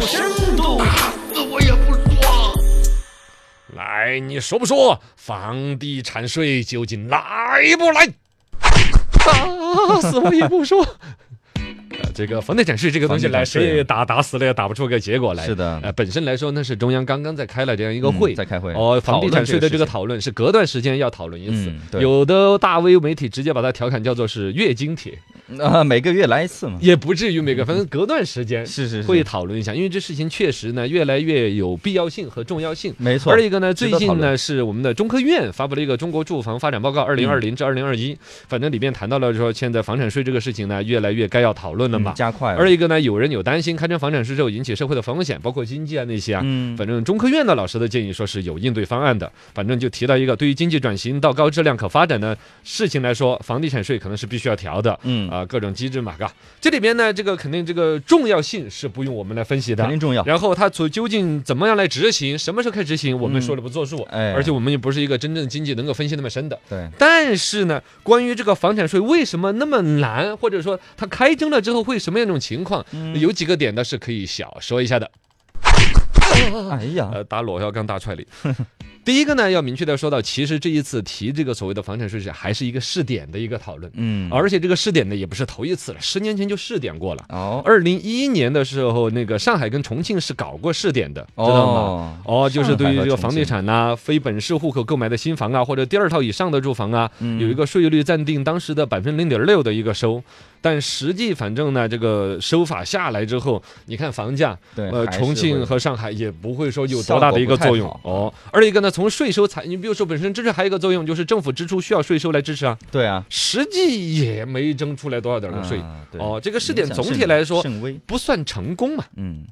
深度，打死我也不说。来，你说不说房地产税究竟来不来？啊打死我也不说。 呃，这个房地产税这个东西来，房地产税啊谁也打打死了也打不出个结果来。是的呃，本身来说呢，是中央刚刚在开了这样一个嗯会，在开会哦，讨房地论产这税的个这事个情讨论是隔段时间要讨论一次嗯，对有的大 V 媒体直接把它调侃叫做是月经帖，啊，每个月来一次嘛。也不至于每个，反正隔段时间是是是会讨论一下，因为这事情确实呢越来越有必要性和重要性。没错二一个呢，最值得讨近呢论是我们的中科院发布了一个《中国住房发展报告（二零二零至二零二一）》，反正里面谈到了说，现在房产税这个事情呢，越来越该要讨论了嘛嗯。加快了。二一个呢，有人有担心开征房产税之后引起社会的风险，包括经济啊那些啊。嗯反正中科院的老师的建议说是有应对方案的，反正就提到一个，对于经济转型到高质量可发展的事情来说，房地产税可能是必须要调的。嗯，啊，各种机制嘛，嘎，这里边呢，这个肯定这个重要性是不用我们来分析的肯，定重 要。然后它所究竟怎么样来执行，什么时候开始执行，我们说了不作数。嗯哎而且我们也不是一个真正经济能够分析那么深的。对，但是呢，关于这个房产税为什么那么难，或者说它开征了之后会什么样一种情况，嗯有几个点呢是可以小说一下的。哎呀，呃，打裸腰杠大踹里。 第一个呢，要明确的说到，其实这一次提这个所谓的房产税是还是一个试点的一个讨论，嗯，而且这个试点呢也不是头一次了，十年前就试点过了。哦，二零一一年的时候，那个上海跟重庆是搞过试点的，知道吗？哦，哦，就是对于这个房地上产呐、非本市户口购买的新房啊，或者第二套以上的住房啊，嗯有一个税率暂定当时的百分之零点六的一个收，但实际反正呢，这个收法下来之后，你看房价，对，呃，还是重庆会和上海也不会说有效多大的果一不个太作用好嗯哦。二一个呢，从税收财，你比如说本身这是还有一个作用，就是政府支出需要税收来支持啊，对啊，实际也没征出来多少点儿的税。啊对哦，这个试点影响总体甚来说甚微，不算成功嘛。嗯，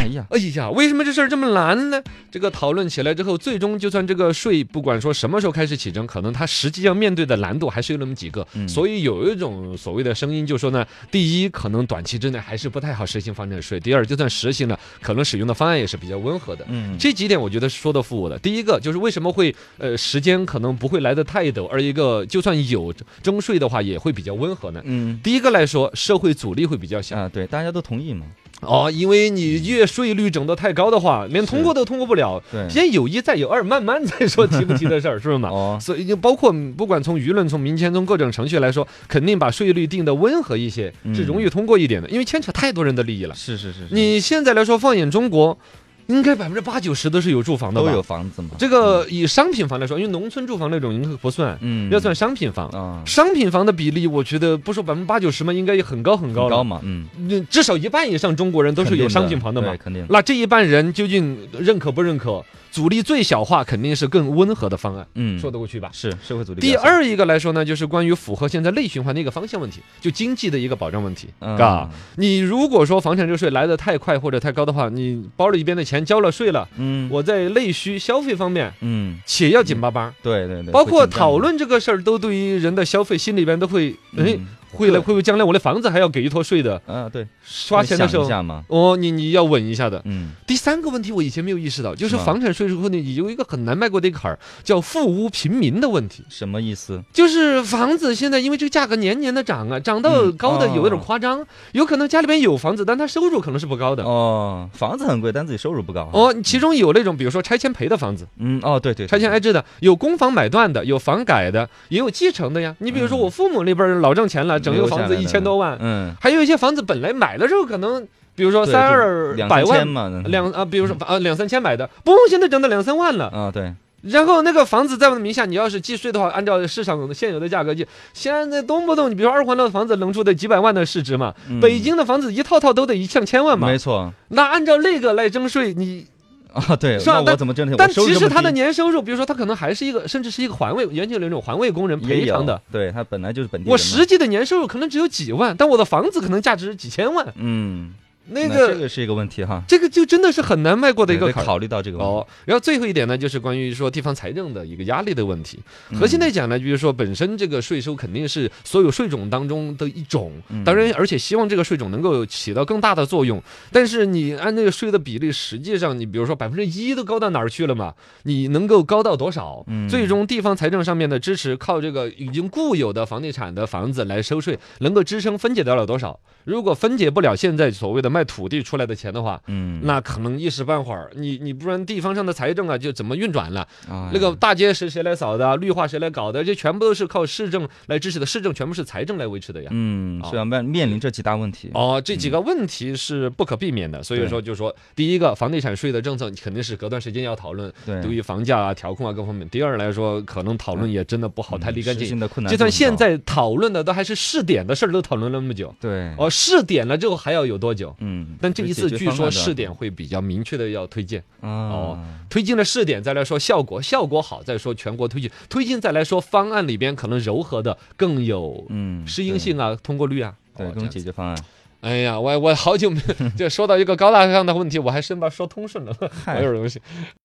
哎呀，哎呀，为什么这事儿这么难呢？这个讨论起来之后，最终就算这个税，不管说什么时候开始起征，可能它实际要面对的难度还是有那么几个。嗯所以有一种所谓的声音，就说呢，第一，可能短期之内还是不太好实行房产税；第二，就算实行了，可能使用的方案也是比较温和的。嗯，这几点我觉得是说得服我的。第一个就是为什么会呃时间可能不会来得太陡，而一个就算有征税的话也会比较温和呢。嗯第一个来说，社会阻力会比较小。啊，对，大家都同意嘛，哦，因为你越税率整得太高的话，连通过都通过不了。对先有一再有二，慢慢再说提不提的事儿，是不是嘛？ 哦，所以就包括不管从舆论、从民间、从各种程序来说，肯定把税率定的温和一些，是容易通过一点的，因为牵扯太多人的利益了。嗯是是是，是你现在来说，放眼中国，应该百分之八九十都是有住房的都吧？有。房子嘛，这个以商品房来说，因为农村住房那种应该不算，嗯要算商品房。啊，商品房的比例，我觉得不说百分之八九十嘛，应该也很高很高很了。高嘛，嗯，嗯，至少一半以上中国人都是有商品房的肯定嘛对。肯定，那这一半人究竟认可不认可？阻力最小化肯定是更温和的方案，嗯，说得过去吧？是社会阻力比第较小，二一个来说呢，就是关于符合现在内循环的一个方向问题，就经济的一个保障问题，嗯嘎、你如果说房产这个税来得太快或者太高的话，你包了一边的钱交了税了，嗯，我在内需消费方面嗯，且要紧巴巴，对对对，包会括紧张讨的，论这个事儿，都对于人的消费心里边都会，哎，嗯会来对会不会将来我的房子还要给一坨税的？啊，对，刷会钱的时想一候，下嘛，哦，你你要稳一下的。嗯，第三个问题我以前没有意识到，就是是吗房产税收问题有一个很难迈过的一个坎儿，叫富屋贫民的问题。什么意思？就是房子现在因为这个价格年年的涨啊，涨到嗯高的有点哦夸张，有可能家里边有房子，但他收入可能是不高的。哦，房子很贵，但自己收入不高。，哦，其中有那种比如说拆迁赔的房子，嗯，哦，对对，拆迁挨置的，有公房买断的，有房改的，也有继承的呀。你比如说我父母那边儿老挣钱了，整个嗯留下房子来一的千多万，嗯，还有一些房子本来买的时候可能，比如说对三就二两百三万千嘛，嗯两啊，比如说啊两三千买的，嘣，现在涨到两三万了。啊，对，然后那个房子在我的名下，你要是计税的话，按照市场现有的价格计，现在动不动你比如说二环的房子能出的几百万的市值嘛，嗯北京的房子一套套都得一上千万嘛。没错 那按照那个来征税，你啊，对，是吧那我怎么挣钱？但我收入其这实么他的低年收入，比如说他可能还是一个，甚至是一个环卫，原先有那种环卫工人也赔有偿的，，对他本来就是本地人嘛，我实际的年收入可能只有几万，但我的房子可能价值几千万，嗯，那那个这个是一个问题哈，这个就真的是很难迈过的一个对坎儿。得考虑到这个问题。哦，然后最后一点呢，就是关于说地方财政的一个压力的问题。核心来讲呢，就是说本身这个税收肯定是所有税种当中的一种，当然，而且希望这个税种能够起到更大的作用。但是你按那个税的比例，实际上你比如说百分之一都高到哪儿去了嘛？你能够高到多少？嗯最终地方财政上面的支持，靠这个已经固有的房地产的房子来收税，能够支撑分解得了多少？如果分解不了现在所谓的卖卖土地出来的钱的话，嗯，那可能一时半会儿，你你不然地方上的财政啊，就怎么运转了？哎那个大街谁谁来扫的，绿化谁来搞的，这全部都是靠市政来支持的，市政全部是财政来维持的呀。嗯啊是要面面临这几大问题。哦，这几个问题是不可避免的，所以说就说，第一个，房地产税的政策肯定是隔段时间要讨论，对，对于房价啊、调控啊各方面。第二来说，可能讨论也真的不好太立竿实见行影。的困嗯难就度算很现高在讨论的都还是试点的事儿，都讨论了那么久，对，哦，试点了之后还要有多久？嗯，但这就一嗯解次决据方说案的试点会比较明确的要推荐，啊哦推进了试点再来说效果，效果好再说全国推进，推进再来说方案里边可能柔和的更有嗯，适应对性啊、通过率啊。对哦各这种样解决方案。哎呀， 我我好久没就说到一个高大上的问题，我还生怕说通顺了，还有东西。